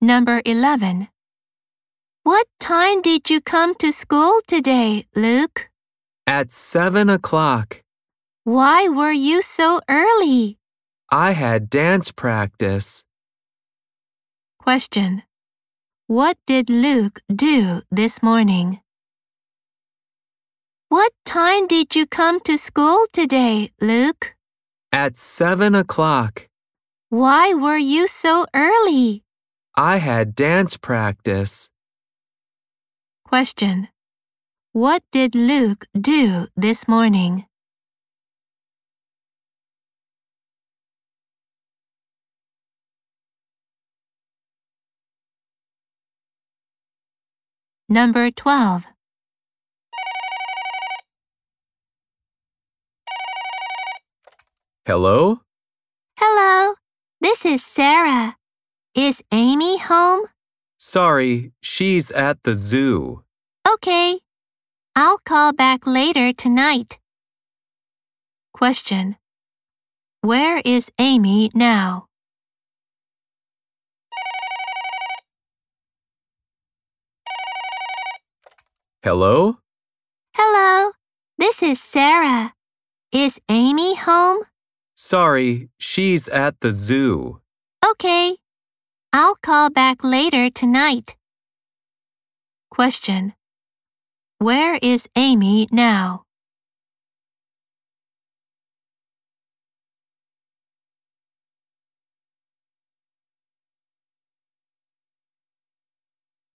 Number 11. What time did you come to school today, Luke? At seven o'clock, Why were you so early? I had dance practice. Question. What did Luke do this morning? What time did you come to school today, Luke? At seven o'clock, Why were you so early? I had dance practice. Question. What did Luke do this morning? Number 12. Hello? Hello, this is Sarah. Is Amy home? Sorry, she's at the zoo. Okay. I'll call back later tonight. Question. Where is Amy now? Hello? Hello, this is Sarah. Is Amy home? Sorry, she's at the zoo. Okay. I'll call back later tonight. Question. Where is Amy now?